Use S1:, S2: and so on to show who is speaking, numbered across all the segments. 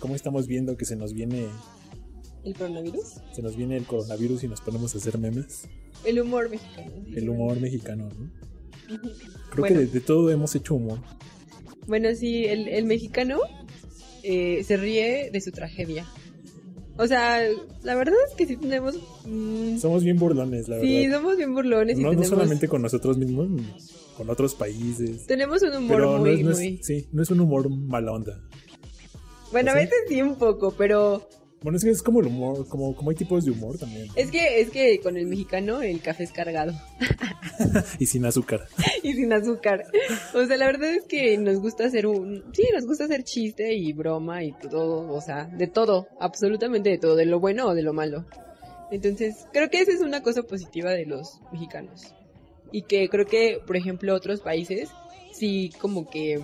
S1: cómo estamos viendo que se nos viene,
S2: ¿El coronavirus?
S1: se nos viene el coronavirus y nos ponemos a hacer memes.
S2: El humor mexicano.
S1: El humor mexicano, ¿no?
S2: Ujú.
S1: Creo
S2: Bueno.
S1: que de, de todo hemos hecho humor.
S2: Bueno, sí, el, el mexicano eh, se ríe de su tragedia. O sea, la verdad es que sí tenemos... mm,
S1: Somos bien burlones, la
S2: sí,
S1: verdad.
S2: somos bien burlones y
S1: no, no
S2: tenemos,
S1: solamente con nosotros mismos, con otros países.
S2: tenemos un humor
S1: Pero no
S2: muy,
S1: es, no es-
S2: muy...
S1: sí, no es un humor mala onda.
S2: Bueno, a
S1: ¿Ah, ¿sí?
S2: veces sí un poco, pero
S1: Bueno, es que es como el humor, como, como hay tipos de humor también.
S2: es que, es que con el mexicano el café es cargado
S1: Y sin azúcar.
S2: y sin azúcar. O sea, la verdad es que nos gusta hacer un... Sí, nos gusta hacer chiste y broma y todo, o sea, de todo, absolutamente de todo, de lo bueno o de lo malo. Entonces, creo que esa es una cosa positiva de los mexicanos. Y que creo que, por ejemplo, otros países sí como que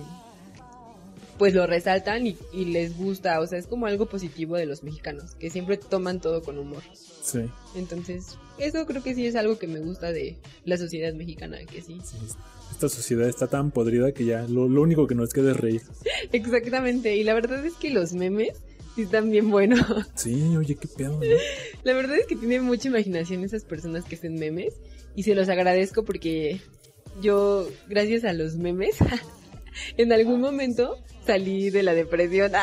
S2: pues lo resaltan y, y les gusta, o sea, es como algo positivo de los mexicanos, que siempre toman todo con humor.
S1: Sí,
S2: Entonces, eso creo que sí es algo que me gusta de la sociedad mexicana, que sí.
S1: sí. Esta sociedad está tan podrida que ya lo, lo único que nos queda es reír.
S2: Exactamente, y la verdad es que los memes sí están bien buenos.
S1: Sí, oye, qué pedo. ¿no?
S2: La verdad es que tienen mucha imaginación esas personas que hacen memes y se los agradezco porque yo, gracias a los memes, en algún momento salí de la depresión.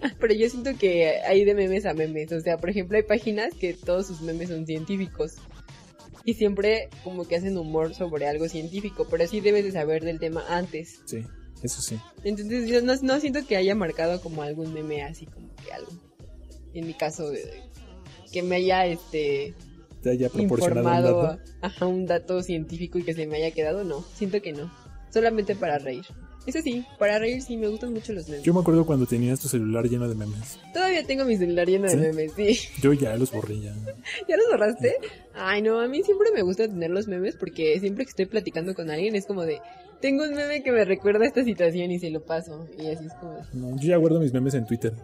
S2: Ah, Pero yo siento que hay de memes a memes. O sea, por ejemplo, hay páginas que todos sus memes son científicos. Y siempre como que hacen humor sobre algo científico, pero sí debes de saber del tema antes.
S1: Sí, eso sí.
S2: Entonces yo no, no siento que haya marcado como algún meme así como que algo. En mi caso, eh, que me haya este
S1: Te haya proporcionado un
S2: informado
S1: dato.
S2: ajá, un dato científico y que se me haya quedado, no. Siento que no. Solamente para reír. Eso sí, para reír sí me gustan mucho los memes.
S1: Yo me acuerdo cuando tenías tu celular lleno de memes.
S2: Todavía tengo mi celular lleno de
S1: ¿Sí?
S2: memes, sí.
S1: Yo ya los borré ya.
S2: ¿Ya los borraste? Ay, no, a mí siempre me gusta tener los memes porque siempre que estoy platicando con alguien es como de, tengo un meme que me recuerda a esta situación y se lo paso. Y así es como, de,
S1: No, yo ya guardo mis memes en Twitter.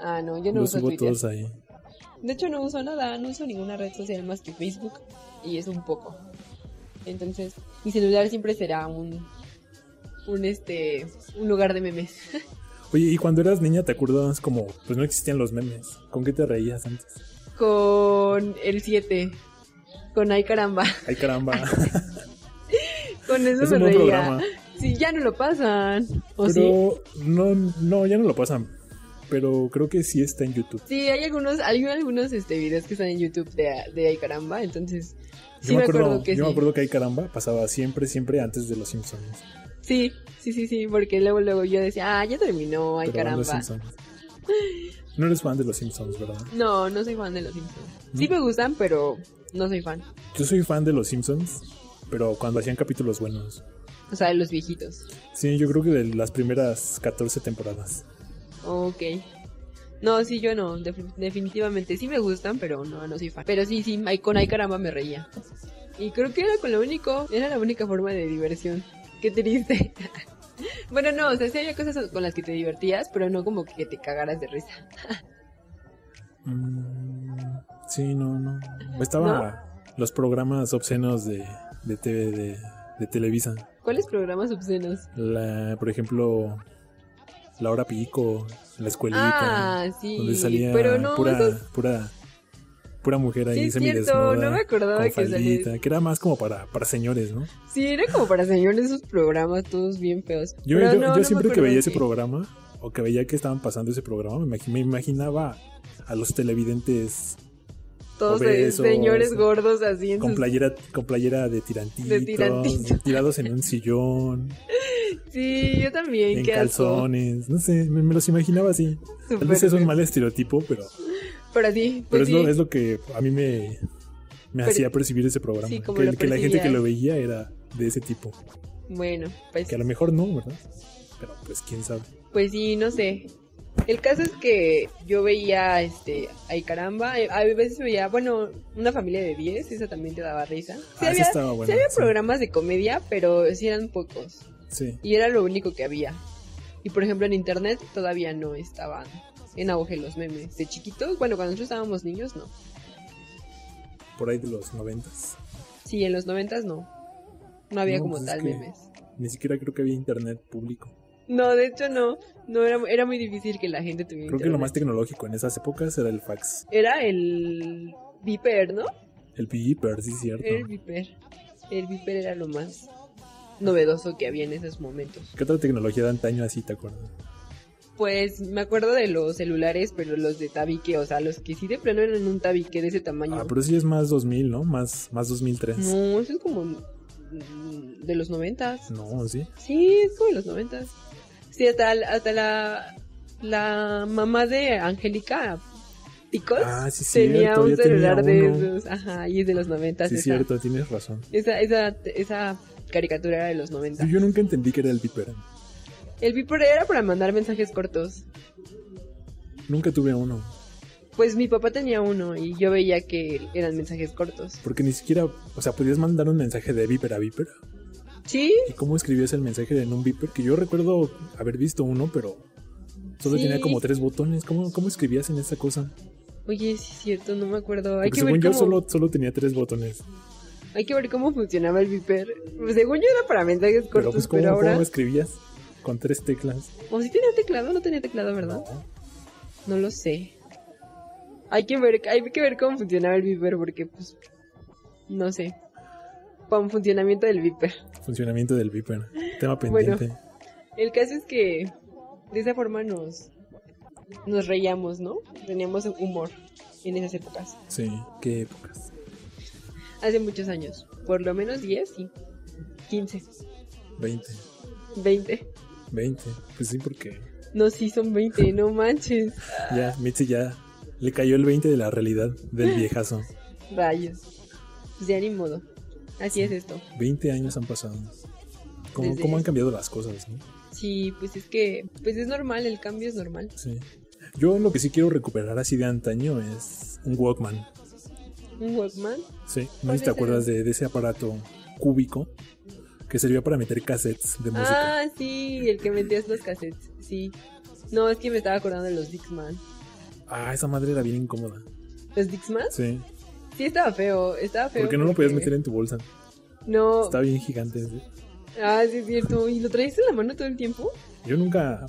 S2: ah, no, yo no
S1: los
S2: uso
S1: subo
S2: Twitter.
S1: todos ahí.
S2: De hecho, no uso nada, no uso ninguna red social más que Facebook y es un poco. Entonces, mi celular siempre será un un este un lugar de memes.
S1: Oye, y cuando eras niña te acordabas como, pues no existían los memes. ¿Con qué te reías antes?
S2: Con el 7, con ay caramba,
S1: Ay, caramba.
S2: con eso
S1: es
S2: me
S1: un buen
S2: reía.
S1: programa.
S2: Sí, ya no lo pasan. ¿O sí?
S1: Pero no, no, ya no lo pasan. Pero creo que sí está en YouTube.
S2: Sí, hay algunos, hay algunos este videos que están en YouTube de, de ay caramba, entonces
S1: Yo
S2: sí me acuerdo, que
S1: yo me
S2: sí.
S1: acuerdo que hay caramba, pasaba siempre, siempre antes de los Simpsons.
S2: Sí, sí, sí, sí, porque luego luego yo decía, ah, ya terminó, ay
S1: Pero eran los
S2: caramba.
S1: Simpsons. No eres fan de los Simpsons, ¿verdad?
S2: No, no soy fan de los Simpsons. Sí
S1: ¿No?
S2: me gustan, pero no soy fan.
S1: Yo soy fan de los Simpsons, pero cuando hacían capítulos buenos.
S2: O sea, de los viejitos.
S1: Sí, yo creo que de las primeras 14 temporadas.
S2: Ok. No, sí, yo no. def- definitivamente sí me gustan, pero no, no soy fan. Pero sí, sí, ay, con ay caramba me reía. Y creo que era con lo único. Era la única forma de diversión. Qué triste. bueno, no, o sea, sí había cosas con las que te divertías, pero no como que te cagaras de risa.
S1: Mm, sí, no, no. Estaban los programas obscenos de, de TV, de, de Televisa.
S2: ¿Cuáles programas obscenos?
S1: La, por ejemplo, La Hora Pico, La Escuelita.
S2: Ah, sí.
S1: donde salía
S2: pero no,
S1: pura,
S2: esos-
S1: pura, pura mujer
S2: Sí,
S1: ahí
S2: es cierto, no me acordaba
S1: con
S2: que salía.
S1: faldita, que era más como para, para señores, ¿no?
S2: Sí, era como para señores esos programas todos bien feos.
S1: Yo,
S2: Pero
S1: yo-
S2: no,
S1: yo
S2: no me
S1: siempre que
S2: acuerdo
S1: veía
S2: de
S1: ese
S2: qué.
S1: programa o que veía que estaban pasando ese programa, me, imagi- me imaginaba a los televidentes
S2: Todos
S1: obesos,
S2: eh, señores gordos así en
S1: con
S2: sus...
S1: playera, con playera de tirantitos,
S2: De tirantitos.
S1: tirados en un sillón,
S2: Sí, yo también,
S1: en
S2: qué asco.
S1: calzones, no sé, me, me los imaginaba así. Tal
S2: Súper
S1: vez es un
S2: feo.
S1: mal estereotipo, pero,
S2: Pero sí,
S1: pero
S2: pues
S1: es,
S2: sí.
S1: lo, es lo que a mí me, me
S2: Pero-
S1: hacía percibir ese programa.
S2: Sí, como
S1: que,
S2: lo
S1: que la gente que
S2: percibías.
S1: lo veía era de ese tipo.
S2: Bueno, pues,
S1: Que a lo mejor no, ¿verdad? Pero pues quién sabe.
S2: pues sí, no sé. El caso es que yo veía, este, ay caramba, eh, a veces veía, bueno, una familia de 10, esa también te daba risa. Sí,
S1: Ah, esa
S2: había,
S1: estaba
S2: sí
S1: buena,
S2: había
S1: sí.
S2: programas de comedia, pero sí eran pocos.
S1: Sí.
S2: y era lo único que había. Y por ejemplo en internet todavía no estaban en auge los memes. De chiquitos, bueno, cuando nosotros estábamos niños no.
S1: Por ahí de los noventas.
S2: Sí, en los noventas no. No había
S1: No,
S2: como
S1: pues es
S2: tal
S1: que-
S2: memes.
S1: Ni siquiera creo que había internet público.
S2: No, de hecho no. No era, era muy difícil que la gente tuviera.
S1: Creo que lo
S2: internet.
S1: más tecnológico en esas épocas era el fax.
S2: Era el Viper, ¿no?
S1: El beeper, sí, cierto.
S2: El Viper. El Viper era lo más novedoso que había en esos momentos.
S1: ¿Qué otra tecnología de antaño así te acuerdas?
S2: Pues me acuerdo de los celulares, pero los de tabique, o sea, los que sí de plano eran un tabique de ese tamaño.
S1: Ah, pero sí es más 2000, ¿no? Más, más 2003.
S2: No, eso es como mm, de los noventas.
S1: No, sí.
S2: Sí, es como de los noventas. Sí, hasta, hasta la, la mamá de Angélica Picos
S1: Ah, sí,
S2: tenía
S1: cierto.
S2: un
S1: yo tenía
S2: celular de
S1: uno.
S2: esos. Ajá, y es de los noventas.
S1: Sí,
S2: esa,
S1: cierto, tienes razón.
S2: esa, esa, esa caricatura era de los noventas.
S1: Yo, yo nunca entendí que era el beeper.
S2: El Viper era para mandar mensajes cortos.
S1: Nunca tuve uno.
S2: Pues mi papá tenía uno y yo veía que eran mensajes cortos.
S1: Porque ni siquiera, o sea, podías mandar un mensaje de beeper a beeper.
S2: Sí,
S1: ¿Y cómo escribías el mensaje en un beeper? Que yo recuerdo haber visto uno, pero solo
S2: Sí.
S1: tenía como tres botones. ¿Cómo, cómo escribías en esa cosa?
S2: Oye, sí es cierto, no me acuerdo. Hay
S1: Porque
S2: que,
S1: según
S2: ver
S1: yo
S2: cómo,
S1: solo, solo tenía tres botones.
S2: hay que ver cómo funcionaba el Viper. Pues, según yo era para mensajes
S1: Pero
S2: cortos,
S1: pues
S2: pero,
S1: ¿cómo,
S2: ahora...
S1: cómo escribías? Con tres teclas.
S2: O si tenía teclado, no tenía teclado, ¿verdad?
S1: No.
S2: No lo sé. Hay que ver, hay que ver cómo funcionaba el Viper porque, pues, no sé. Con funcionamiento del Viper.
S1: Funcionamiento del beeper. Tema
S2: Bueno.
S1: pendiente.
S2: El caso es que de esa forma nos, nos reíamos, ¿no? Teníamos humor en esas épocas.
S1: Sí, qué épocas.
S2: Hace muchos años. Por lo menos 10 y 15,
S1: 20.
S2: 20.
S1: 20. Pues sí, porque
S2: No, sí, son 20, no manches.
S1: ya, Mitzi ya le cayó el 20 de la realidad del viejazo.
S2: Rayos. Pues ya ni modo. Así es esto.
S1: 20 años han pasado. ¿Cómo,
S2: Desde
S1: cómo han
S2: eso.
S1: cambiado las cosas? ¿no?
S2: Sí, pues es que, pues es normal, el cambio es normal.
S1: Sí. Yo lo que sí quiero recuperar así de antaño es un Walkman.
S2: Un Walkman.
S1: Sí, no
S2: ¿Cuál
S1: sé si te
S2: es
S1: acuerdas de, de ese aparato cúbico que servía para meter cassettes de música.
S2: Ah, sí, el que metías los cassettes. Sí. No, es que me estaba acordando de los Dixman.
S1: Ah, esa madre era bien incómoda.
S2: ¿Los Dixman?
S1: Sí,
S2: Sí, estaba feo, estaba feo.
S1: porque no lo podías meter en tu bolsa.
S2: No.
S1: Estaba bien gigante. sí.
S2: Ah, sí, es cierto. ¿Y lo traías en la mano todo el tiempo?
S1: Yo nunca,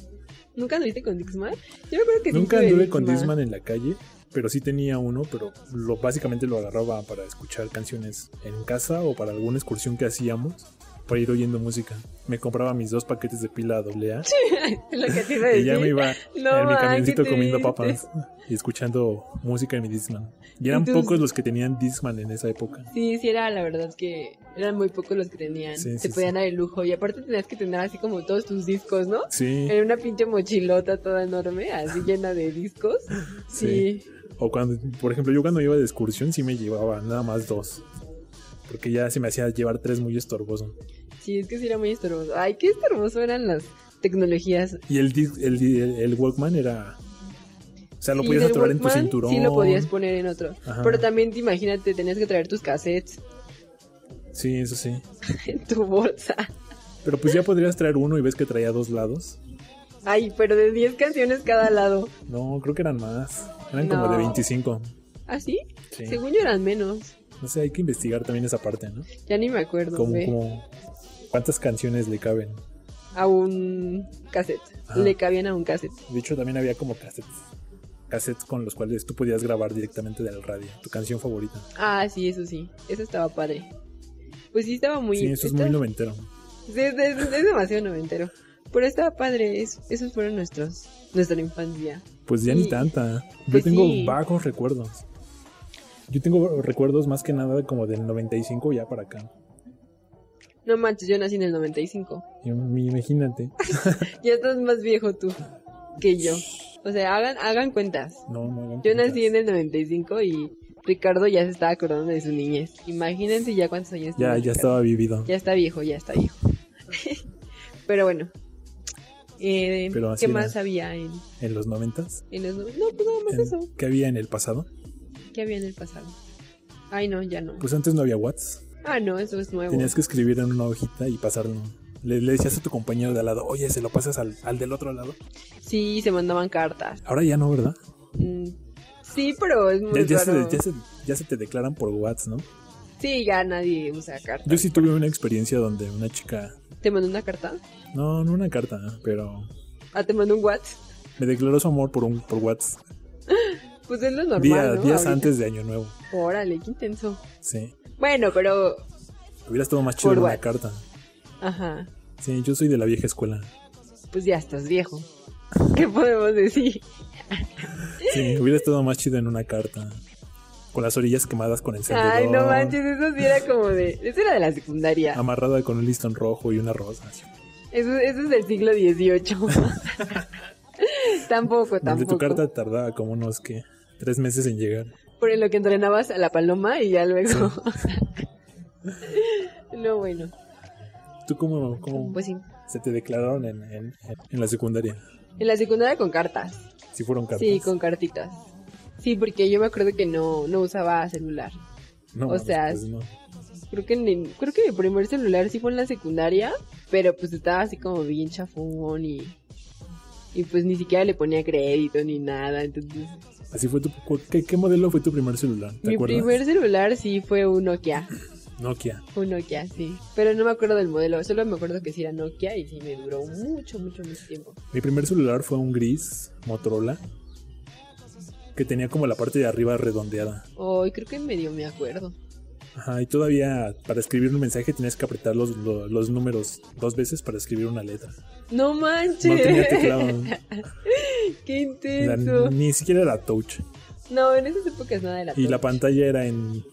S2: ¿Nunca anduviste con Dixman? Yo me acuerdo que sí
S1: nunca
S2: tuve
S1: anduve con Disman en la calle, pero sí tenía uno, pero lo básicamente lo agarraba para escuchar canciones en casa o para alguna excursión que hacíamos para ir oyendo música. Me compraba mis dos paquetes de pila AA
S2: lo que te iba a
S1: Y ya me
S2: decir.
S1: iba
S2: No,
S1: en mi
S2: ay,
S1: camioncito
S2: qué
S1: comiendo
S2: triste.
S1: papas y escuchando música en mi Discman. Y eran
S2: Entonces-
S1: pocos los que tenían Discman en esa época.
S2: Sí, sí, era la verdad que eran muy pocos los que tenían.
S1: Sí,
S2: se
S1: sí,
S2: podían dar el lujo. Y aparte tenías que tener así como todos tus discos, ¿no?
S1: Sí,
S2: En una pinche mochilota toda enorme, así llena de discos.
S1: Sí.
S2: Sí.
S1: o cuando, por ejemplo, yo cuando iba de excursión sí me llevaba nada más dos. Porque ya se me hacía llevar tres muy estorboso.
S2: Sí, es que sí era muy estorboso. Ay, qué estorboso eran las tecnologías.
S1: Y el, dis- el, di- el, el Walkman era... O sea, lo
S2: Sí,
S1: podías
S2: del
S1: atorar en tu
S2: Walkman,
S1: cinturón.
S2: Sí, lo podías poner en otro.
S1: Ajá.
S2: Pero también, te- imagínate, tenías que traer tus cassettes
S1: Sí, eso sí.
S2: en tu bolsa.
S1: Pero pues ya podrías traer uno y ves que traía dos lados.
S2: Ay, pero de 10 canciones cada lado.
S1: No, creo que eran más. Eran como de
S2: No.
S1: 25.
S2: ¿Ah, sí?
S1: Sí.
S2: Según yo eran menos.
S1: No sé, hay que investigar también esa parte, ¿no?
S2: Ya ni me acuerdo.
S1: como,
S2: ve.
S1: como cuántas canciones le caben.
S2: A un cassette.
S1: Ajá.
S2: Le cabían a un cassette.
S1: De hecho, también había como cassettes. Cassettes con los cuales tú podías grabar directamente del radio, tu canción favorita.
S2: Ah, sí, eso sí. Eso estaba padre. Pues sí, estaba muy.
S1: Sí, eso es
S2: está-
S1: muy noventero.
S2: Sí, es, es- es demasiado noventero. Pero estaba padre, es- esos fueron nuestros, nuestra infancia.
S1: Pues ya ni
S2: Y-
S1: tanta. Yo
S2: pues
S1: tengo
S2: sí.
S1: vagos recuerdos. Yo tengo recuerdos más que nada como del 95 ya para acá.
S2: No manches, yo nací en el 95.
S1: Y- Imagínate.
S2: Ya estás más viejo tú que yo. O sea, hagan, hagan cuentas.
S1: No, no hagan
S2: Yo
S1: cuentas.
S2: nací en el 95 y Ricardo ya se estaba acordando de su niñez. Imagínense ya cuántos años
S1: Ya,
S2: tiene
S1: ya
S2: Ricardo.
S1: estaba vivido.
S2: Ya está viejo, ya está viejo. Pero bueno. Eh,
S1: Pero así
S2: ¿Qué
S1: era.
S2: más había en,
S1: En los noventas.
S2: en los noven- No, pues nada más
S1: En-
S2: eso.
S1: ¿Qué había en el pasado?
S2: ¿Qué había en el pasado? Ay, no, ya no.
S1: Pues antes no había WhatsApp.
S2: Ah, no, eso es nuevo.
S1: Tenías que escribir en una hojita y pasarlo. Le, le decías a tu compañero de al lado, oye, se lo pasas al, al del otro lado.
S2: Sí, se mandaban cartas.
S1: Ahora ya no, ¿verdad?
S2: Mm, Sí, pero es
S1: Ya,
S2: muy
S1: ya se,
S2: raro.
S1: ya se- ya se te declaran por WhatsApp, ¿no?
S2: Sí, ya nadie usa cartas.
S1: Yo sí tuve una experiencia donde una chica,
S2: ¿Te mandó una carta?
S1: no, no una carta, pero
S2: Ah, te mandó un WhatsApp.
S1: me declaró su amor por un por WhatsApp
S2: Pues es lo normal,
S1: día-
S2: ¿no?
S1: días
S2: Ahorita.
S1: antes de Año Nuevo.
S2: Órale, qué intenso.
S1: Sí,
S2: Bueno, pero...
S1: hubiera estado más chido
S2: Por
S1: una
S2: WhatsApp.
S1: carta.
S2: Ajá.
S1: Sí, yo soy de la vieja escuela.
S2: Pues ya estás viejo. ¿Qué podemos decir?
S1: Sí, hubiera estado más chido en una carta. Con las orillas quemadas con encendedor.
S2: Ay, no manches, eso sí era como de... Eso era de la secundaria.
S1: Amarrada con un listón rojo y una rosa. así.
S2: Eso, eso es del siglo XVIII. tampoco,
S1: Donde
S2: tampoco.
S1: tu carta tardaba como unos que tres meses en llegar.
S2: Por en lo que entrenabas a la paloma y ya luego... no, bueno.
S1: ¿Tú cómo, cómo
S2: Pues sí.
S1: se te declararon en, en, en la secundaria?
S2: En la secundaria con cartas.
S1: Si fueron cartas.
S2: Sí, con cartitas. Sí, porque yo me acuerdo que no, no usaba celular.
S1: No,
S2: o
S1: mames,
S2: sea,
S1: pues no.
S2: Creo que, ni- creo que mi primer celular sí fue en la secundaria, pero pues estaba así como bien chafón y, y pues ni siquiera le ponía crédito ni nada. Entonces,
S1: Así fue tu. cu- ¿Qué, qué modelo fue tu primer celular? ¿Te
S2: mi
S1: acuerdas?
S2: primer celular sí fue un Nokia,
S1: Nokia.
S2: un Nokia, sí. Pero no me acuerdo del modelo, solo me acuerdo que sí era Nokia y sí me duró mucho, mucho, mucho tiempo.
S1: Mi primer celular fue un gris Motorola que tenía como la parte de arriba redondeada.
S2: Hoy creo que medio me acuerdo.
S1: Ajá, y todavía para escribir un mensaje tenías que apretar los, lo- los números dos veces para escribir una letra.
S2: No manches,
S1: No tenía teclado.
S2: qué
S1: La-
S2: intenso.
S1: ni siquiera era touch.
S2: No, en esas épocas nada era.
S1: Y la
S2: touch.
S1: pantalla era en,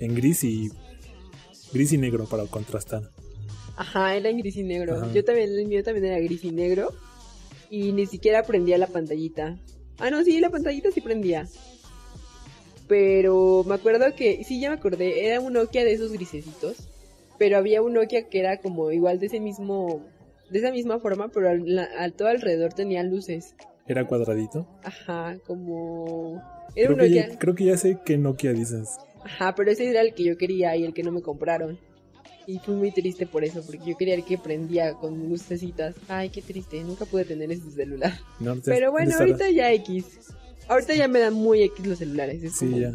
S1: en gris y gris y negro para contrastar.
S2: Ajá, era en gris y negro.
S1: Ajá.
S2: Yo también, el mío también era gris y negro. Y ni siquiera prendía la pantallita. Ah, no, sí, la pantallita sí prendía. Pero me acuerdo que, sí, ya me acordé, era un Nokia de esos grisecitos. Pero había un Nokia que era como igual de ese mismo, de esa misma forma, pero al, la- a todo alrededor tenía luces.
S1: Era cuadradito.
S2: Ajá, como... Era un
S1: creo, que
S2: Nokia.
S1: ya, creo que ya sé qué Nokia dices.
S2: Ajá, pero ese era el que yo quería y el que no me compraron. Y fui muy triste por eso, porque yo quería el que prendía con lucecitas. Ay, qué triste, nunca pude tener ese celular.
S1: No, te-
S2: Pero bueno,
S1: te estarás-
S2: ahorita ya X. Ahorita ya me dan muy X los celulares. Es
S1: Sí,
S2: como-
S1: ya.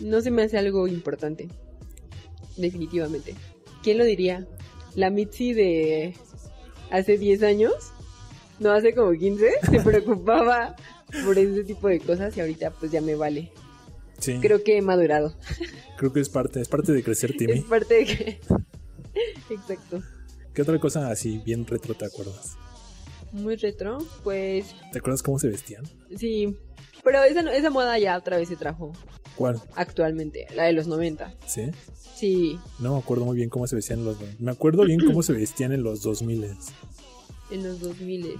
S2: No se me hace algo importante. Definitivamente. ¿Quién lo diría? La Mitzi de hace 10 años, no hace como 15, se preocupaba por ese tipo de cosas y ahorita pues ya me vale.
S1: Sí, creo...
S2: Creo que he madurado.
S1: que es parte, es parte de crecer, Timmy.
S2: Es parte de que... Exacto.
S1: ¿Qué otra cosa así bien retro te acuerdas?
S2: Muy retro, pues
S1: ¿Te acuerdas cómo se vestían?
S2: sí. Pero esa, no- esa moda ya otra vez se trajo
S1: ¿Cuál?
S2: actualmente, la de los 90.
S1: Sí.
S2: Sí,
S1: No me acuerdo muy bien cómo se vestían en los. Me acuerdo bien cómo se vestían en los 2000
S2: en los 2000.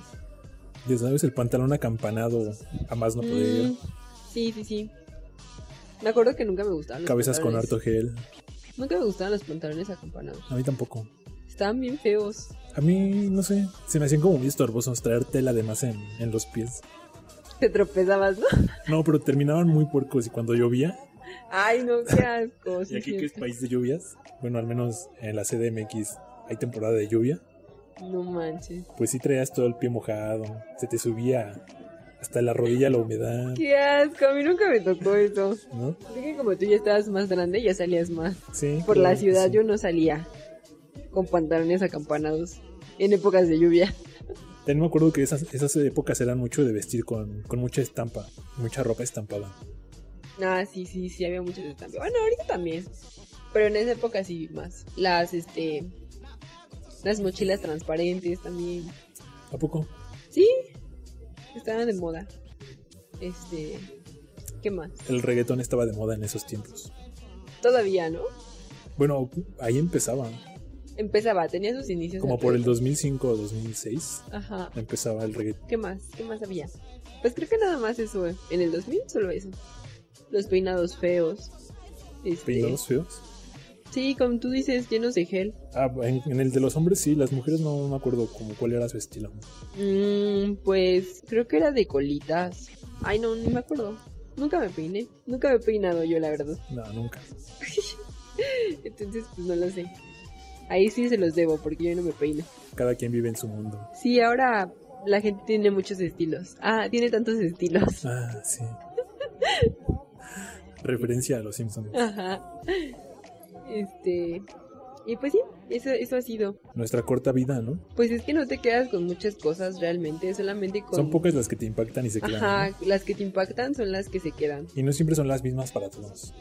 S1: Ya sabes, el pantalón acampanado a más no poder.
S2: Mm, sí, sí, sí. Me acuerdo que nunca me gustaban los
S1: Cabezas con
S2: pantalones.
S1: harto gel.
S2: Nunca me gustaban los pantalones acampanados.
S1: A mí tampoco.
S2: Estaban bien feos.
S1: A mí, no sé, se me hacían como muy estorbosos traer tela además en, en los pies.
S2: Te tropezabas, ¿no?
S1: No, pero terminaban muy puercos y cuando llovía,
S2: Ay, no, qué asco. sí,
S1: y aquí que es
S2: cierto.
S1: país de lluvias, bueno, al menos en la CDMX hay temporada de lluvia,
S2: No manches.
S1: pues sí traías todo el pie mojado, se te subía hasta la rodilla la humedad,
S2: Qué asco, a mí nunca me tocó eso.
S1: ¿no?
S2: Creo que como tú ya estabas más grande, ya salías más.
S1: Sí.
S2: Por la
S1: claro que
S2: ciudad
S1: sí.
S2: yo no salía con pantalones acampanados en épocas de lluvia.
S1: También me acuerdo que esas, esas épocas eran mucho de vestir con, con mucha estampa, mucha ropa estampada.
S2: Ah, sí, sí, sí, había muchos estampas. Bueno, ahorita también. Pero en esa época sí más. Las, este... Las mochilas transparentes también.
S1: ¿A poco?
S2: Sí. Estaban de moda. Este... ¿Qué más?
S1: El reggaetón estaba de moda en esos tiempos.
S2: Todavía, ¿no?
S1: Bueno, ahí empezaba,
S2: Empezaba, tenía sus inicios.
S1: como por el
S2: reggaetón.
S1: 2005 o 2006.
S2: Ajá.
S1: empezaba el reggaetón.
S2: ¿Qué más? ¿Qué más había? Pues creo que nada más eso. eh. En el 2000 solo eso. Los peinados feos. Este,
S1: ¿Peinados feos?
S2: Sí, como tú dices, llenos de gel.
S1: Ah, en, en el de los hombres sí, las mujeres no me acuerdo como cuál era su estilo.
S2: Mm, pues creo que era de colitas. Ay, no, ni me acuerdo. Nunca me peiné. Nunca me he peinado yo, la verdad.
S1: No, nunca.
S2: Entonces, pues no lo sé. Ahí sí se los debo porque yo no me peino.
S1: Cada quien vive en su mundo.
S2: Sí, ahora la gente tiene muchos estilos. Ah, tiene tantos estilos.
S1: Ah, sí. Referencia a los Simpsons.
S2: Ajá. Este, y pues sí, eso, eso ha sido.
S1: Nuestra corta vida, ¿no?
S2: Pues es que no te quedas con muchas cosas realmente, solamente con...
S1: Son pocas las que te impactan y se quedan.
S2: Ajá,
S1: ¿no?
S2: las que te impactan son las que se quedan.
S1: Y no siempre son las mismas para todos.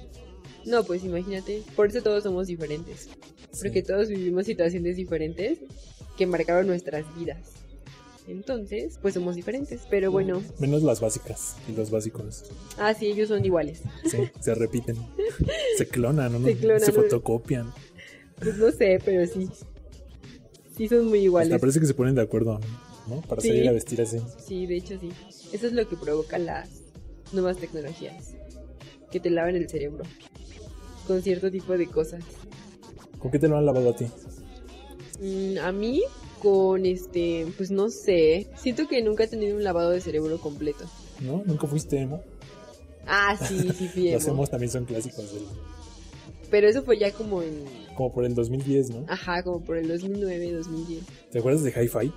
S2: No, pues imagínate, por eso todos somos diferentes.
S1: Sí.
S2: Porque todos vivimos situaciones diferentes que marcaron nuestras vidas. Entonces, pues somos diferentes. Pero bueno,
S1: Menos las básicas y los básicos.
S2: ah, sí, ellos son iguales.
S1: Sí, se repiten. Se clonan, ¿no?
S2: Se clonan,
S1: se
S2: ¿no?
S1: fotocopian.
S2: Pues no sé, pero sí. Sí, son muy
S1: Hasta
S2: iguales.
S1: parece que se ponen de acuerdo, ¿no? Para
S2: Sí.
S1: salir a vestir así.
S2: Sí, de hecho sí. Eso es lo que provoca las nuevas tecnologías. Que te lavan el cerebro. Con cierto tipo de cosas.
S1: ¿Con qué te lo han lavado a ti?
S2: Mm, a mí, con este, pues no sé. Siento que nunca he tenido un lavado de cerebro completo.
S1: ¿No? Nunca fuiste emo.
S2: Ah, sí, sí, fui
S1: Los
S2: emo.
S1: emos también son clásicos. del-
S2: Pero eso fue ya como en.
S1: como por el 2010, ¿no?
S2: Ajá, como por el 2009, 2010.
S1: ¿Te acuerdas de Hi-Fi?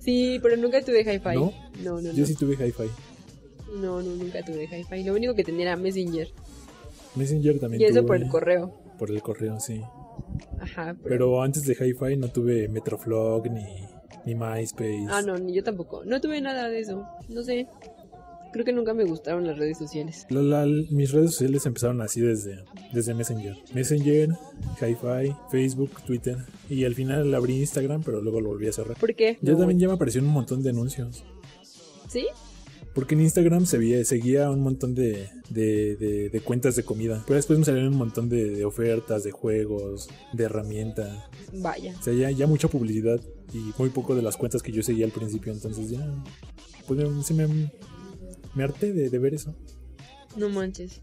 S2: Sí, pero nunca tuve hi-fi.
S1: ¿No?
S2: no, no.
S1: Yo
S2: no.
S1: sí tuve Hi-Fi.
S2: No, no, nunca tuve hi-fi. Lo único que tenía era Messenger.
S1: Messenger también
S2: Y eso
S1: tuve.
S2: por el correo.
S1: Por el correo, sí.
S2: Ajá.
S1: Pero antes de Hi-Fi no tuve Metroflog ni, ni MySpace.
S2: Ah, no, ni yo tampoco. No tuve nada de eso. No sé. Creo que nunca me gustaron las redes sociales.
S1: La- la- mis redes sociales empezaron así desde, desde Messenger. Messenger, Hi-Fi, Facebook, Twitter. Y al final abrí Instagram, pero luego lo volví a cerrar.
S2: ¿Por qué?
S1: Ya
S2: No.
S1: también ya me aparecieron un montón de anuncios.
S2: ¿Sí?
S1: Porque en Instagram se veía- seguía un montón de, de- de- de cuentas de comida. Pero después me salieron un montón de, de ofertas, de juegos, de herramientas.
S2: Vaya.
S1: O sea, ya, ya mucha publicidad y muy poco de las cuentas que yo seguía al principio. Entonces ya, pues me, se me, me harté de, de ver eso.
S2: No manches.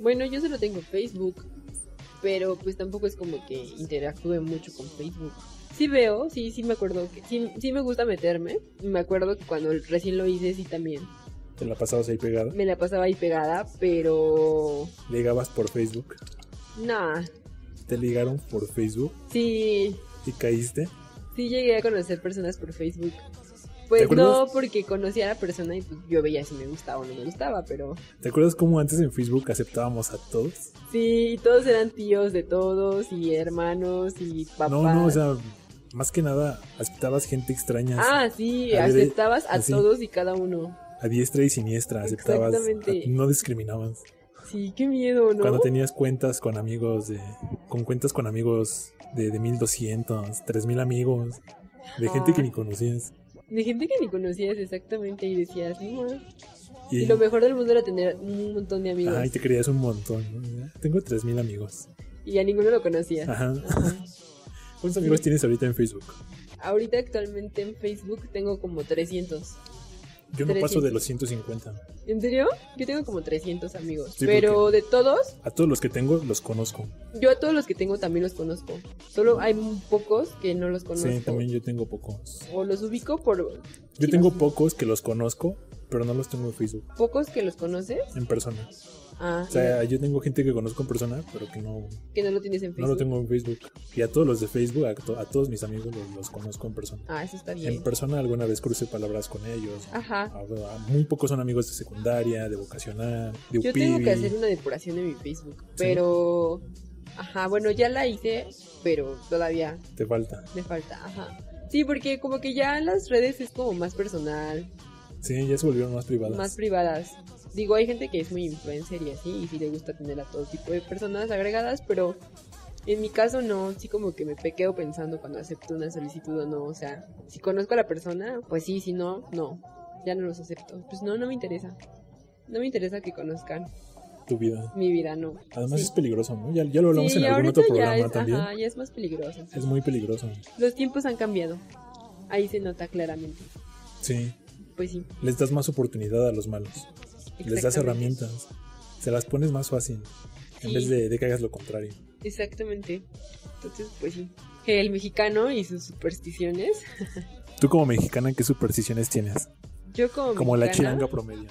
S2: Bueno, yo solo tengo Facebook. Pero pues tampoco es como que interactúe mucho con Facebook. Sí veo, sí, sí me acuerdo. Que, sí, sí me gusta meterme. Y Me acuerdo que cuando recién lo hice, sí también.
S1: Te la pasabas ahí pegada.
S2: Me la pasaba ahí pegada, pero...
S1: Ligabas por Facebook.
S2: Nah.
S1: Te ligaron por Facebook
S2: Sí,
S1: y caíste.
S2: Sí llegué a conocer personas por Facebook. Pues no,
S1: acuerdas?
S2: porque conocí a la persona y pues, yo veía si me gustaba o no me gustaba, pero
S1: ¿Te acuerdas cómo antes en Facebook aceptábamos a todos?
S2: sí, todos eran tíos de todos y hermanos y papás.
S1: No, no, o sea, más que nada aceptabas gente extraña.
S2: ah, sí,
S1: a ver,
S2: aceptabas a
S1: así.
S2: todos y cada uno.
S1: a diestra y siniestra aceptabas,
S2: Exactamente.
S1: a- no discriminabas.
S2: Sí, qué miedo, ¿no?
S1: Cuando tenías cuentas con amigos de con cuentas con amigos de, de 1200, 3000 amigos, de gente que
S2: Ay.
S1: ni conocías.
S2: De gente que ni conocías exactamente y decías, no.
S1: Y,
S2: Y lo mejor del mundo era tener un montón de amigos
S1: ay, te creías un montón. ¿no? Tengo 3000 amigos.
S2: y a ninguno lo conocías.
S1: Ajá.
S2: Ajá.
S1: Ah. ¿Cuántos amigos tienes ahorita en Facebook?
S2: Ahorita actualmente en Facebook tengo como 300.
S1: Yo no paso
S2: 300.
S1: de los 150.
S2: ¿En serio? Yo tengo como 300 amigos,
S1: Sí,
S2: pero
S1: ¿por
S2: de todos
S1: A todos los que tengo los conozco.
S2: Yo a todos los que tengo también los conozco. Solo hay muy pocos que no los conozco.
S1: Sí, también yo tengo pocos.
S2: O los ubico por
S1: Yo
S2: Sí,
S1: tengo
S2: los-
S1: pocos que los conozco, pero no los tengo en Facebook,
S2: pocos que los conoces.
S1: en persona.
S2: Ah,
S1: O sea, yo tengo gente que conozco en persona, pero que no
S2: que no lo tienes en
S1: No
S2: Facebook.
S1: lo tengo en Facebook. Y a todos los de Facebook, a, to- a todos mis amigos los, los conozco en persona.
S2: Ah, eso está bien.
S1: En persona alguna vez crucé palabras con ellos.
S2: Ajá.
S1: A- a- muy pocos son amigos de secundaria, de vocacional, de
S2: Yo tengo
S1: UPIB.
S2: que hacer una depuración de mi Facebook, pero ajá, bueno, ya la hice, pero todavía
S1: Te falta.
S2: me falta, ajá. Sí, porque como que ya las redes es como más personal,
S1: Sí, ya se volvieron más privadas.
S2: más privadas. Digo, hay gente que es muy influencer y así, y sí le gusta tener a todo tipo de personas agregadas, pero en mi caso no, sí como que me pequeo pensando cuando acepto una solicitud o no, o sea, si conozco a la persona, pues sí, si no, no, ya no los acepto. Pues no, no me interesa. No me interesa que conozcan
S1: tu vida.
S2: mi vida, no.
S1: Además
S2: Sí.
S1: es peligroso, ¿no? Ya, ya lo hablamos
S2: Sí,
S1: en algún
S2: ahorita
S1: otro programa
S2: ya es,
S1: también.
S2: ajá, ya es más peligroso.
S1: Es muy peligroso.
S2: Los tiempos han cambiado. Ahí se nota claramente.
S1: Sí.
S2: Pues sí.
S1: Les das más oportunidad a los malos. Les das
S2: exactamente.
S1: herramientas. Se las pones más fácil. En
S2: Sí.
S1: vez de, de que hagas lo contrario.
S2: Exactamente. Entonces, pues sí. El mexicano y sus supersticiones.
S1: Tú como mexicana, ¿qué supersticiones tienes?
S2: Yo como.
S1: Como la
S2: mexicana,
S1: chilanga promedio.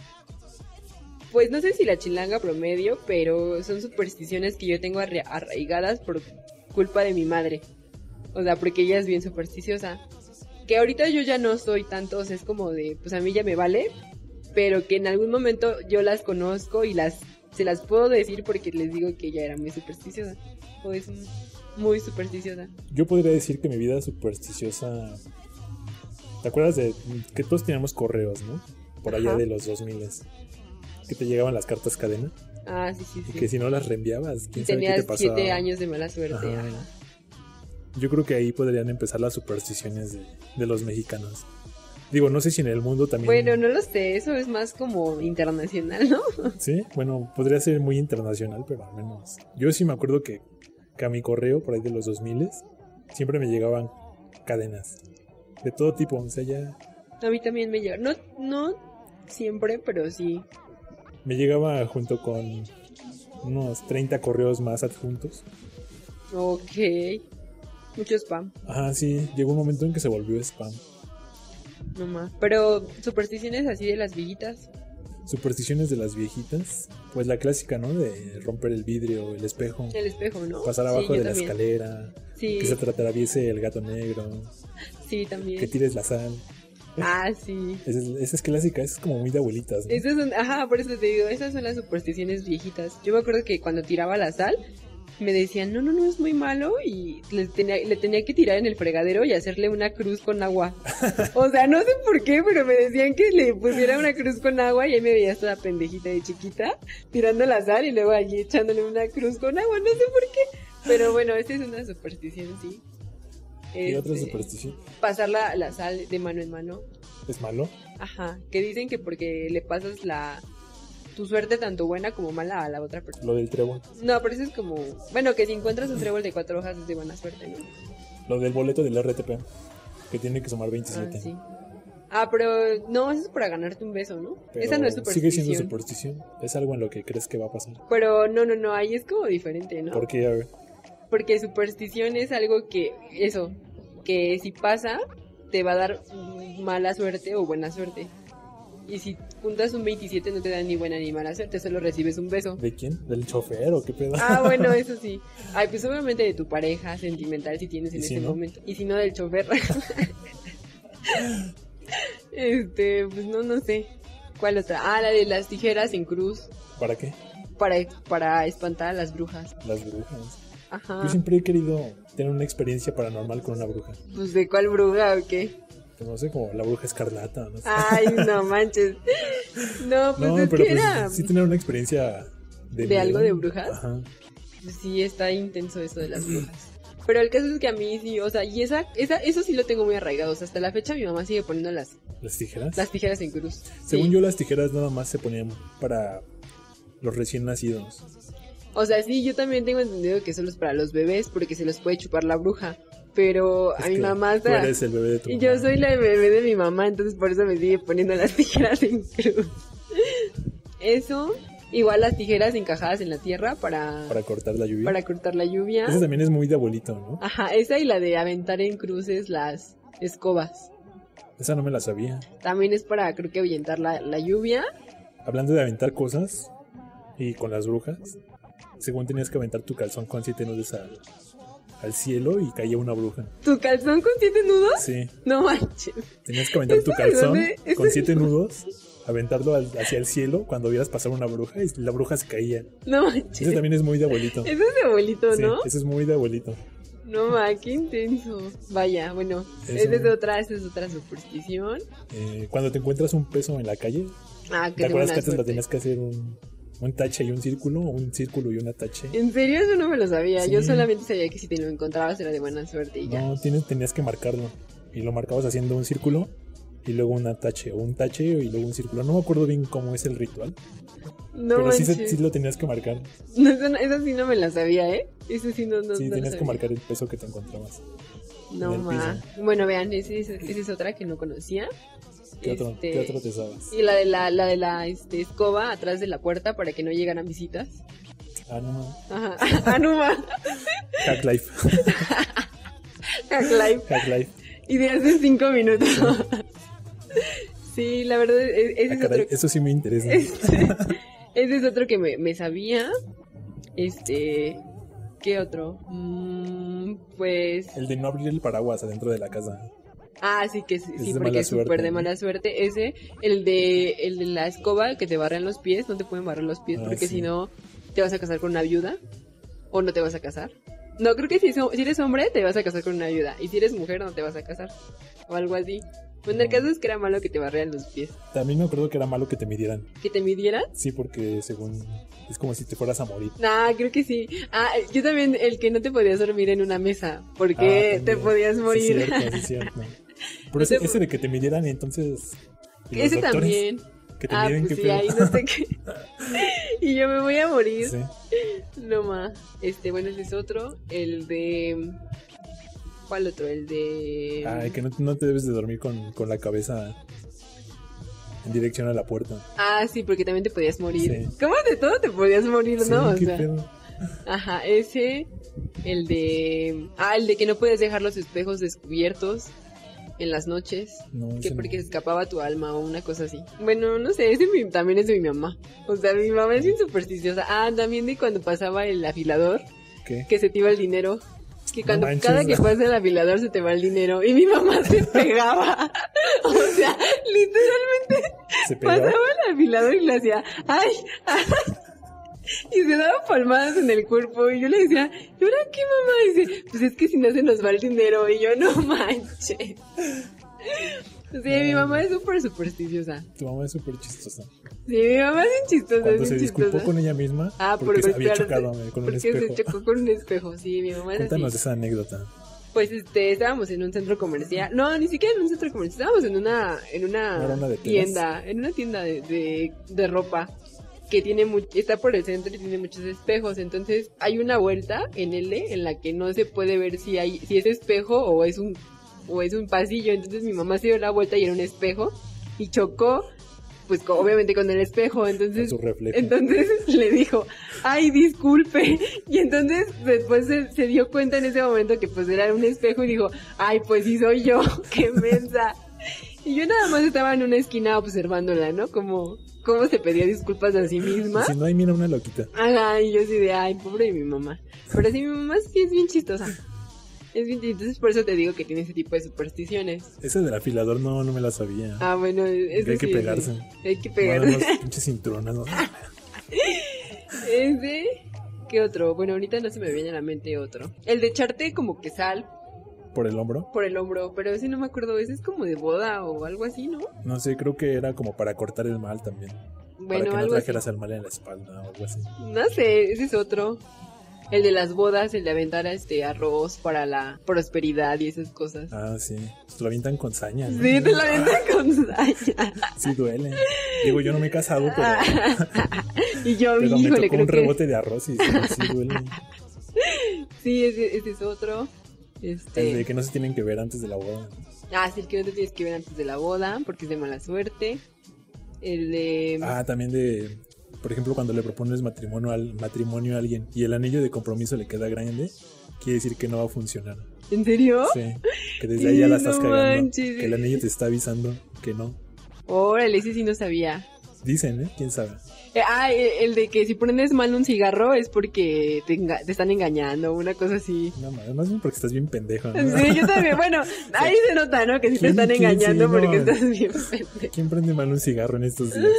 S2: Pues no sé si la chilanga promedio, pero son supersticiones que yo tengo arra- arraigadas por culpa de mi madre. O sea, porque ella es bien supersticiosa. Que ahorita yo ya no soy tanto, o sea, es como de, pues a mí ya me vale, pero que en algún momento yo las conozco y las se las puedo decir porque les digo que ella era muy supersticiosa. O es muy supersticiosa.
S1: Yo podría decir que mi vida supersticiosa. ¿Te acuerdas de que todos teníamos correos, no? Por allá
S2: Ajá.
S1: de los 2000 que te llegaban las cartas cadena
S2: Ah, sí, sí,
S1: y
S2: sí.
S1: que si no las reenviabas, quién sabe qué
S2: Tenías
S1: te pasaba.
S2: siete años de mala suerte.
S1: Ajá.
S2: ajá.
S1: Yo creo que ahí podrían empezar las supersticiones de, de los mexicanos. Digo, no sé si en el mundo también.
S2: Bueno, no lo sé, eso es más como internacional, ¿no?
S1: Sí, bueno, podría ser muy internacional, pero al menos. Yo sí me acuerdo que, que a mi correo, por ahí de los 2000, siempre me llegaban cadenas de todo tipo. O sea, ya
S2: A mí también me llega. No, no siempre, pero sí.
S1: me llegaba junto con unos 30 correos más adjuntos.
S2: Ok. Mucho spam,
S1: Ajá, sí, llegó un momento en que se volvió spam.
S2: nomás. Pero supersticiones así de las villitas.
S1: Supersticiones de las viejitas, pues la clásica, ¿no? De romper el vidrio, el espejo,
S2: El espejo, ¿no?
S1: pasar abajo
S2: Sí, yo
S1: de la
S2: también.
S1: escalera,
S2: Sí,
S1: que se te atraviese el gato negro,
S2: sí,
S1: que
S2: también.
S1: tires la sal.
S2: Ah, sí.
S1: Esa es, esa es clásica, esa es como muy de abuelitas. ¿no?
S2: Esas son, ajá, por eso te digo, esas son las supersticiones viejitas. Yo me acuerdo que cuando tiraba la sal, me decían, no, no, no, es muy malo, y le tenía, le tenía que tirar en el fregadero y hacerle una cruz con agua. O sea, no sé por qué, pero me decían que le pusiera una cruz con agua y ahí me veías toda pendejita de chiquita, tirando la sal y luego allí echándole una cruz con agua, no sé por qué. Pero bueno, esa es una superstición, sí.
S1: Y otra
S2: Este,
S1: superstición.
S2: pasar la, la sal de mano en mano.
S1: ¿Es malo?
S2: Ajá, que dicen que porque le pasas la tu suerte tanto buena como mala a la otra persona.
S1: Lo del trébol.
S2: No, pero eso es como, bueno, que si encuentras un trébol de cuatro hojas es de buena suerte, ¿no?
S1: Lo del boleto del RTP. Que tiene que sumar
S2: Ah,
S1: 27.
S2: sí. Ah, pero no, eso es para ganarte un beso, ¿no?
S1: Pero
S2: Esa no es
S1: Sigue
S2: superstición.
S1: siendo superstición. Es algo en lo que crees que va a pasar.
S2: Pero no, no, no, ahí es como diferente, ¿no?
S1: Porque, a ver,
S2: Porque superstición es algo que, eso, que si pasa, te va a dar mala suerte o buena suerte. Y si juntas un 27 no te da ni buena ni mala suerte, solo recibes un beso.
S1: ¿de quién? ¿Del chofer o qué pedo?
S2: Ah, bueno, eso sí. Ay, pues obviamente de tu pareja sentimental si tienes
S1: ¿Y
S2: en
S1: si
S2: ese
S1: no?
S2: momento. Y si no, del chofer. este, pues no, no sé. ¿Cuál otra? Ah, la de las tijeras en cruz
S1: ¿Para qué?
S2: para, para espantar a las brujas.
S1: Las brujas.
S2: Ajá.
S1: Yo siempre he querido tener una experiencia paranormal con una bruja.
S2: Pues de cuál bruja o qué.
S1: Pues no sé, como la bruja escarlata. No, sé.
S2: Ay, no manches. No, Ah, pues
S1: No,
S2: es
S1: pero
S2: que
S1: pues,
S2: era.
S1: sí tener una experiencia de.
S2: ¿De algo de
S1: miedo.
S2: brujas?
S1: Ajá.
S2: Pues sí está intenso eso de las brujas. Pero el caso es que a mí sí, o sea, y esa, esa, eso sí lo tengo muy arraigado. O sea, hasta la fecha mi mamá sigue poniendo las,
S1: ¿Las tijeras?
S2: las tijeras en cruz.
S1: Según
S2: Sí.
S1: yo, las tijeras nada más se ponían para los recién nacidos.
S2: O sea, sí, yo también tengo entendido que solo es para los bebés porque se los puede chupar la bruja. Pero a
S1: Es
S2: mi
S1: que
S2: mamá
S1: Tú
S2: hasta...
S1: eres el bebé de tu
S2: Y
S1: mamá.
S2: yo soy la bebé de mi mamá, entonces por eso me sigue poniendo las tijeras en cruz. Eso, igual las tijeras encajadas en la tierra para,
S1: Para cortar la lluvia.
S2: para cortar la lluvia.
S1: Eso también es muy de abuelito, ¿no?
S2: Ajá, esa y la de aventar en cruces las escobas.
S1: Esa no me la sabía.
S2: También es para, creo que, ahuyentar la, la lluvia.
S1: Hablando de aventar cosas y con las brujas, según tenías que aventar tu calzón con siete nudos al, al cielo y caía una bruja.
S2: ¿Tu calzón con siete nudos?
S1: Sí,
S2: No manches.
S1: tenías que aventar tu
S2: ¿Eso de
S1: calzón
S2: dónde? ¿Eso
S1: con siete nudos, aventarlo al- hacia el cielo cuando vieras pasar una bruja y la bruja se caía.
S2: No
S1: Ese
S2: manches.
S1: también es muy de abuelito.
S2: Eso es de abuelito,
S1: Sí,
S2: ¿no?
S1: ese es muy de abuelito.
S2: No, ma, qué intenso. Vaya, bueno,
S1: Es
S2: esa es
S1: un-
S2: otra, esa es otra superstición.
S1: Eh, cuando te encuentras un peso en la calle,
S2: Ah, que
S1: ¿te acuerdas que
S2: buena
S1: antes la
S2: suerte.
S1: tenías que hacer un, un tache y un círculo? O un círculo y una tache.
S2: En serio, eso no me lo sabía. Yo
S1: Sí.
S2: solamente sabía que si te lo encontrabas era de buena suerte y ya.
S1: No, tienes, tenías que marcarlo. Y lo marcabas haciendo un círculo y luego un tache, o un tache y luego un círculo. No me acuerdo bien cómo es el ritual,
S2: No
S1: pero sí,
S2: manches.
S1: se- sí lo tenías que marcar.
S2: No, eso, no- eso sí no me lo sabía, ¿eh? Eso sí no, no,
S1: sí,
S2: no lo
S1: tenías que
S2: sabía.
S1: marcar el peso que te encontrabas.
S2: No,
S1: en el
S2: ma. Bueno, vean, esa es, esa es otra que no conocía.
S1: ¿Qué, otro,
S2: Este,
S1: qué otro te sabes?
S2: Y la de la, la, de la este, escoba atrás de la puerta para que no llegaran visitas.
S1: Ah, no, no.
S2: Ajá. Ah, Anuma.
S1: Hack Life.
S2: Live.
S1: Hack Life.
S2: Y de hace cinco minutos. sí, la verdad, e- ese
S1: Ah,
S2: es
S1: caray,
S2: otro,
S1: eso sí me interesa.
S2: este, ese es otro que me, me sabía. Este, ¿qué otro? Mm, pues,
S1: El de no abrir el paraguas adentro de la casa.
S2: Ah, sí que sí,
S1: Es
S2: sí,
S1: de
S2: porque
S1: mala
S2: es súper
S1: suerte,
S2: de
S1: ¿no?
S2: mala suerte. Ese, el de, el de la escoba que te barran los pies, no te pueden barrar los pies
S1: Ah,
S2: porque
S1: sí.
S2: si no te vas a casar con una viuda o no te vas a casar. No, creo que si, so- si eres hombre te vas a casar con una viuda y si eres mujer no te vas a casar o algo así. Bueno, el
S1: No.
S2: caso es que era malo que te barrieran los pies.
S1: También me acuerdo que era malo que te midieran.
S2: ¿Que te midieran?
S1: Sí, porque según es como si te fueras a morir.
S2: Nah, creo que sí. Ah, yo también, el que no te podías dormir en una mesa porque
S1: Ah,
S2: te
S1: también.
S2: podías
S1: Sí,
S2: morir.
S1: cierto, sí, cierto. Pero
S2: No
S1: ese,
S2: te-
S1: ese de que te midieran, entonces. y los
S2: Ese
S1: doctores
S2: también.
S1: Que te
S2: Ah,
S1: miden,
S2: pues
S1: qué
S2: sí,
S1: pedo.
S2: ahí no sé qué. y yo me voy a morir.
S1: Sí.
S2: No más. Este, bueno, ese es otro. El de. ¿Cuál otro? El de.
S1: Ay, que no, no te debes de dormir con, con la cabeza en dirección a la puerta.
S2: Ah, sí, porque también te podías morir.
S1: Sí.
S2: ¿Cómo de todo te podías morir,
S1: Sí,
S2: no? O
S1: qué
S2: sea,
S1: pedo.
S2: ajá, ese. El de. Ah, el de que no puedes dejar los espejos descubiertos en las noches.
S1: No,
S2: Que
S1: ese no.
S2: porque se escapaba tu alma o una cosa así. Bueno, no sé, ese mi- también es de mi mamá. O sea, mi mamá es bien supersticiosa. Ah, también de cuando pasaba el afilador.
S1: ¿Qué?
S2: que se te iba el dinero. Que
S1: No
S2: cuando
S1: manches.
S2: cada que pasa el afilador se te va el dinero. Y mi mamá se pegaba. o sea, literalmente
S1: ¿Se pegaba?
S2: pasaba el afilador y le hacía, ay, ay". Y se daba palmadas en el cuerpo. Y yo le decía, ¿y ahora qué mamá? Y dice, pues es que si no se nos va el dinero. Y yo, no manches. O sea, mi mamá es súper supersticiosa.
S1: Tu mamá es súper chistosa.
S2: Sí, mi mamá es bien chistosa, Pues, es
S1: Cuando se
S2: bien
S1: disculpó
S2: chistosa.
S1: con ella misma,
S2: Ah, por
S1: porque se había
S2: golpearse,
S1: chocado eh, con un
S2: porque se
S1: espejo.
S2: chocó con un espejo. Sí, mi mamá es así.
S1: Cuéntanos esa anécdota.
S2: Pues este, estábamos en un centro comercial. No, ni siquiera en un centro comercial, estábamos en una, en
S1: ¿No era
S2: una
S1: una de telas?
S2: tienda, en una tienda de, de, de ropa que tiene mu- está por el centro y tiene muchos espejos. Entonces hay una vuelta en L en la que no se puede ver si hay, si es espejo o es un, o es un pasillo. Entonces mi mamá se dio la vuelta y era un espejo y chocó, pues co- obviamente con el espejo.
S1: En
S2: Entonces
S1: su reflejo.
S2: entonces le dijo, ay, disculpe. Y entonces después se, se dio cuenta en ese momento que pues era un espejo y dijo, ay, pues sí soy yo, qué mensa. Y yo nada más estaba en una esquina observándola, ¿no? Como cómo se pedía disculpas a sí
S1: Y
S2: misma.
S1: si no, ahí mira una loquita.
S2: Ajá, y yo así de, ay, pobre de mi mamá. Pero sí, mi mamá sí es bien chistosa. Es bien, entonces por eso te digo que tiene ese tipo de supersticiones.
S1: Ese del afilador no, no me la sabía.
S2: Ah, bueno, eso
S1: Que hay que
S2: sí,
S1: pegarse.
S2: Hay que
S1: Bueno,
S2: pegarse.
S1: unos pinches cinturones. ¿no?
S2: Es de... ¿Qué otro? Bueno, ahorita no se me viene a la mente otro. El de echarte como que sal
S1: Por el hombro.
S2: por el hombro, pero ese no me acuerdo, ese es como de boda o algo así, ¿no?
S1: No sé, creo que era como para cortar el mal también.
S2: Bueno,
S1: para que no
S2: algo así.
S1: trajeras el mal en la espalda o algo así.
S2: No sé, ese es otro. El de las bodas, el de aventar este arroz para la prosperidad y esas cosas.
S1: Ah, sí. Te lo avientan con saña. ¿no? Ah,
S2: Sí, te la aventan con saña.
S1: Sí, duele. Digo, yo no me he casado, pero,
S2: y yo,
S1: pero me
S2: Ah, híjole,
S1: tocó
S2: creo
S1: un
S2: que
S1: rebote de arroz y sí, sí duele.
S2: sí, ese, ese es otro. Este...
S1: El de que no se tienen que ver antes de la boda.
S2: Ah, sí, el que no te tienes que ver antes de la boda porque es de mala suerte. El de...
S1: Ah, también de, por ejemplo, cuando le propones matrimonio al matrimonio a alguien y el anillo de compromiso le queda grande, quiere decir que no va a funcionar.
S2: ¿En serio?
S1: Sí, que desde ahí ya la
S2: Sí,
S1: estás
S2: no
S1: cagando.
S2: manches.
S1: Que el anillo te está avisando que no.
S2: Órale, ese sí no sabía.
S1: Dicen, ¿eh? ¿Quién sabe?
S2: Eh, ah, eh, el de que si prendes mal un cigarro es porque te, enga- te están engañando, una cosa así.
S1: No, además porque estás bien pendejo. ¿no?
S2: Sí, yo también. Bueno, ahí se nota, ¿no? Que si te
S1: ¿Quién-
S2: están
S1: quién
S2: engañando
S1: sí, no?
S2: porque estás bien pendejo.
S1: ¿Quién prende mal un cigarro en estos días?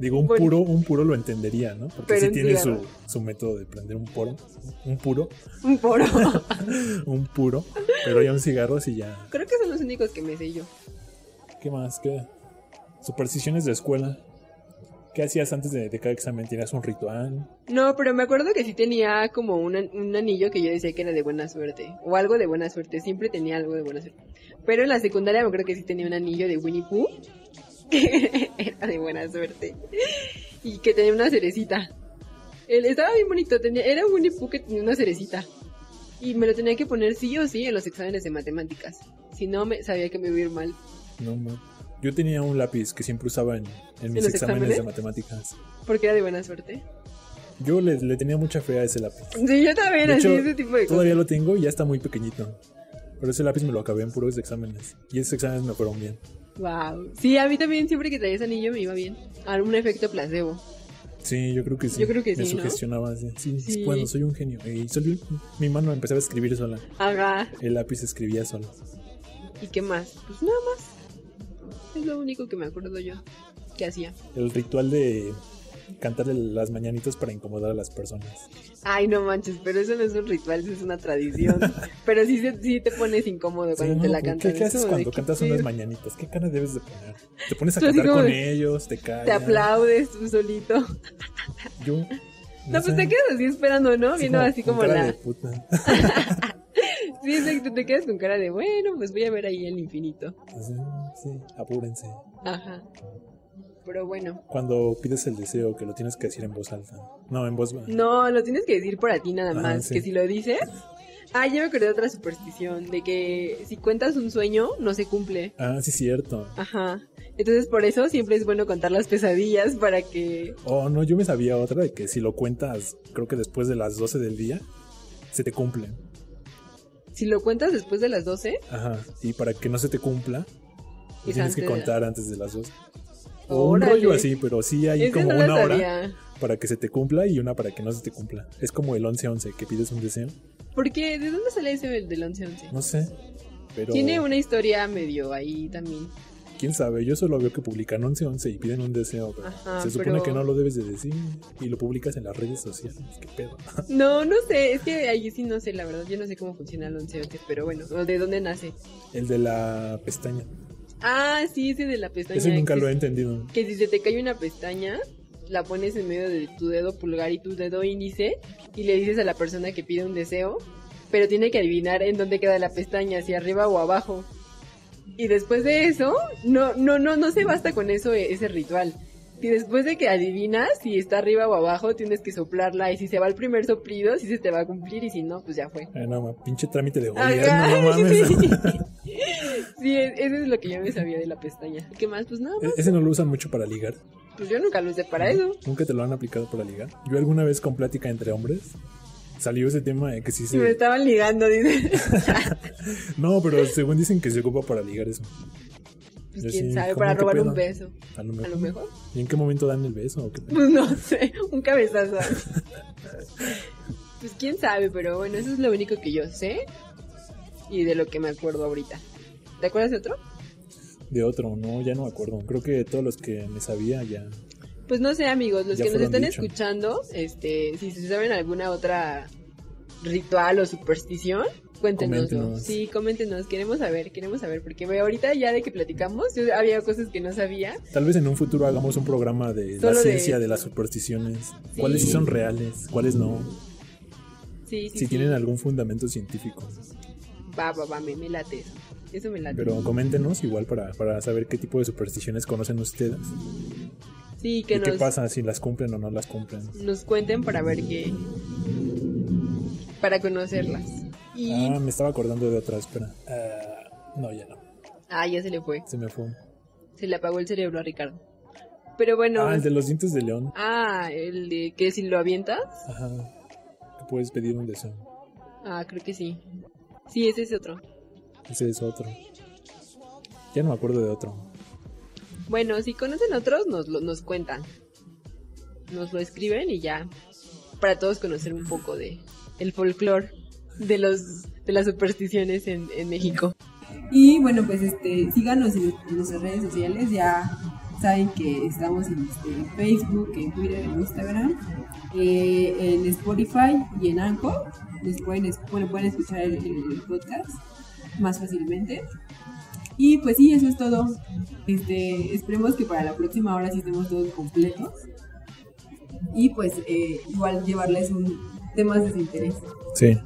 S1: Digo, un
S2: Bueno.
S1: puro, un puro lo entendería, ¿no? Porque
S2: Pero
S1: sí
S2: un
S1: tiene su,
S2: cigarro.
S1: su método de prender un poro, un puro,
S2: Un poro.
S1: un puro, pero ya un cigarro sí ya.
S2: Creo que son los únicos que me sé yo.
S1: ¿Qué más? ¿Qué? Supersticiones de escuela. ¿Qué hacías antes de, de cada examen? ¿Tenías un ritual?
S2: No, pero me acuerdo que sí tenía como un, an- un anillo que yo decía que era de buena suerte. O algo de buena suerte. Siempre tenía algo de buena suerte. Pero en la secundaria me acuerdo que sí tenía un anillo de Winnie Pooh. Que era de buena suerte. Y que tenía una cerecita. Él estaba bien bonito. Tenía, era un Winnie Pooh que tenía una cerecita. Y me lo tenía que poner sí o sí en los exámenes de matemáticas. Si no, me sabía que me iba a ir mal.
S1: No, no. Yo tenía un lápiz que siempre usaba en, en mis
S2: los
S1: exámenes,
S2: exámenes?
S1: de matemáticas.
S2: Porque era de buena suerte.
S1: Yo le, le tenía mucha fe a ese lápiz.
S2: Sí, yo también,
S1: De
S2: así,
S1: hecho,
S2: ese tipo de cosas.
S1: Todavía lo tengo y ya está muy pequeñito. Pero ese lápiz me lo acabé en puros exámenes. Y esos exámenes me fueron bien.
S2: Wow. Sí, a mí también siempre que traía ese anillo me iba bien. Algún efecto placebo.
S1: Sí, yo creo que sí.
S2: Yo creo que
S1: me
S2: sí, ¿no?
S1: sugestionaba. así. Sí,
S2: Sí.
S1: bueno, soy un genio. Y solo mi mano empezaba a escribir sola.
S2: Ajá.
S1: El lápiz escribía solo.
S2: ¿Y qué más? Pues nada más. Es lo único que me acuerdo yo que hacía.
S1: El ritual de cantarle las mañanitas para incomodar a las personas.
S2: Ay, no manches, pero eso no es un ritual, eso es una tradición. pero sí, se- sí te pones incómodo cuando
S1: Sí,
S2: te
S1: no,
S2: la
S1: ¿qué-
S2: cantan.
S1: ¿Qué,
S2: Es
S1: haces
S2: como de,
S1: cuando
S2: ¿qué
S1: cantas unas
S2: pedo?
S1: mañanitas? ¿Qué cara debes de poner? Te pones a
S2: Tú así
S1: cantar
S2: como
S1: con
S2: de-
S1: ellos, te callas.
S2: Te aplaudes tú solito.
S1: Yo, no,
S2: No, pues
S1: sé,
S2: te quedas así esperando, ¿no?
S1: así
S2: Viendo así
S1: con
S2: como
S1: cara
S2: la...
S1: de puta.
S2: Sí, exacto, te quedas con cara de, bueno, pues voy a ver ahí el infinito.
S1: Así, sí, apúrense.
S2: Ajá. Pero bueno.
S1: Cuando pides el deseo, que lo tienes que decir en voz alta. No, en voz baja.
S2: No, lo tienes que decir por a ti nada
S1: Ah,
S2: más,
S1: sí.
S2: que si lo dices... Ah, yo me acordé de otra superstición, de que si cuentas un sueño, no se cumple.
S1: Ah, sí, cierto.
S2: Ajá. Entonces por eso siempre es bueno contar las pesadillas para que...
S1: Oh, no, yo me sabía otra de que si lo cuentas, creo que después de las 12 del día, se te cumple.
S2: Si lo cuentas después de las 12,
S1: Ajá. Y para que no se te cumpla, lo
S2: Es
S1: tienes que
S2: antes de-
S1: contar antes de las 12. O un
S2: Órale.
S1: rollo así, pero sí hay
S2: es que
S1: como
S2: no
S1: una
S2: lo
S1: hora
S2: sabía.
S1: para que se te cumpla y una para que no se te cumpla. Es como el 11-11, que pides un deseo.
S2: ¿Por qué? ¿De dónde sale ese del del 11-11?
S1: No sé. Pero
S2: Tiene una historia medio ahí también.
S1: quién sabe, yo solo veo que publican 11-11 y piden un deseo. pero
S2: Ajá,
S1: se supone
S2: Ah, pero-
S1: que no lo debes de decir y lo publicas en las redes sociales. ¿Qué pedo?
S2: No, no sé, es que ahí sí no sé, la verdad, yo no sé cómo funciona el 11-11, pero bueno, ¿o ¿de dónde nace?
S1: El de la pestaña.
S2: Ah, sí, ese de la pestaña.
S1: Eso nunca
S2: que,
S1: lo he entendido.
S2: que si se te cae una pestaña, la pones en medio de tu dedo pulgar y tu dedo índice y le dices a la persona que pide un deseo, pero tiene que adivinar en dónde queda la pestaña, si arriba o abajo. Y después de eso, no, no, no, no se basta con eso, e- ese ritual. Y después de que adivinas si está arriba o abajo, tienes que soplarla y si se va el primer soplido, si se te va a cumplir y si no, pues ya fue.
S1: Ay, Eh, no, ma- pinche trámite de gobierno,
S2: Ajá.
S1: no mames.
S2: Sí, e- eso es lo que yo me sabía de la pestaña. ¿Qué más? Pues nada,
S1: E- Ese no lo usan mucho para ligar.
S2: pues yo nunca lo usé para eso.
S1: Nunca te lo han aplicado para ligar. Yo alguna vez con plática entre hombres salió ese tema de que sí
S2: Si
S1: se.
S2: me estaban ligando, dice.
S1: No, pero según dicen que se ocupa para ligar eso.
S2: Pues
S1: Yo
S2: quién
S1: sí,
S2: sabe,
S1: ¿cómo
S2: para
S1: qué
S2: robar
S1: pedo?
S2: un beso.
S1: A lo
S2: A
S1: mejor.
S2: lo mejor.
S1: ¿Y en qué momento dan el beso? o qué pedo?
S2: Pues no sé, un cabezazo. Pues quién sabe, pero bueno, eso es lo único que yo sé y de lo que me acuerdo ahorita. ¿Te acuerdas de otro?
S1: De otro, no, ya no me acuerdo. Creo que todos los que me sabía ya.
S2: Pues no sé, amigos, los
S1: Ya
S2: que nos
S1: fueron
S2: están
S1: dicho.
S2: escuchando, este, si se saben alguna otra ritual o superstición, cuéntenos.
S1: Coméntenos.
S2: Sí, coméntenos, queremos saber, queremos saber, porque ve, ahorita ya de que platicamos, yo había cosas que no sabía.
S1: Tal vez en un futuro hagamos un programa de
S2: Solo
S1: la
S2: de
S1: ciencia, de,
S2: esto.
S1: las supersticiones.
S2: Sí.
S1: ¿Cuáles sí son reales? ¿Cuáles no?
S2: Sí, sí,
S1: si
S2: sí.
S1: tienen algún fundamento científico.
S2: Va, va, va, me, me late eso. Eso me late.
S1: Pero coméntenos igual para, para saber qué tipo de supersticiones conocen ustedes.
S2: sí, que
S1: ¿Y qué
S2: nos,
S1: pasa si las cumplen o no las cumplen?
S2: nos cuenten para ver qué. para conocerlas. Y.
S1: Ah, me estaba acordando de otra, espera. Ah, no, ya no.
S2: ah, ya se le fue.
S1: Se me fue.
S2: Se le apagó el cerebro a Ricardo. Pero bueno.
S1: Ah, el de los dientes de león.
S2: Ah, el de que si lo avientas.
S1: Ajá. Que puedes pedir un deseo.
S2: Ah, creo que sí. Sí, ese es otro.
S1: Ese es otro. Ya no me acuerdo de otro.
S2: Bueno, si conocen otros, nos, lo- nos cuentan. Nos lo escriben y ya. Para todos conocer un poco de el folclore de los de las supersticiones en, en México. Y bueno, pues este, síganos en, nuestras redes sociales, ya saben que estamos en Facebook, en Twitter, en Instagram, eh, en Spotify y en Anchor. Les pueden, pueden escuchar el podcast más fácilmente. Y pues sí, eso es todo. Este, esperemos que para la próxima hora sí estemos todos completos. Y pues eh, igual llevarles un temas de su interés.
S1: Sí.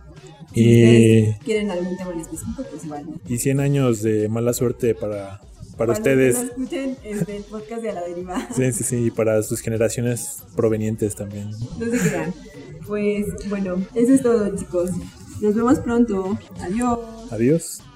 S2: Si
S1: Y,
S2: ustedes quieren algún tema en específico, pues igual. ¿no?
S1: y 100 años de mala suerte para, para
S2: los que
S1: ustedes.
S2: no escuchen este, el podcast de A la Deriva.
S1: Sí, sí, sí. Y para sus generaciones provenientes también.
S2: No se crean. Pues bueno, eso es todo, chicos. Nos vemos pronto. Adiós.
S1: Adiós.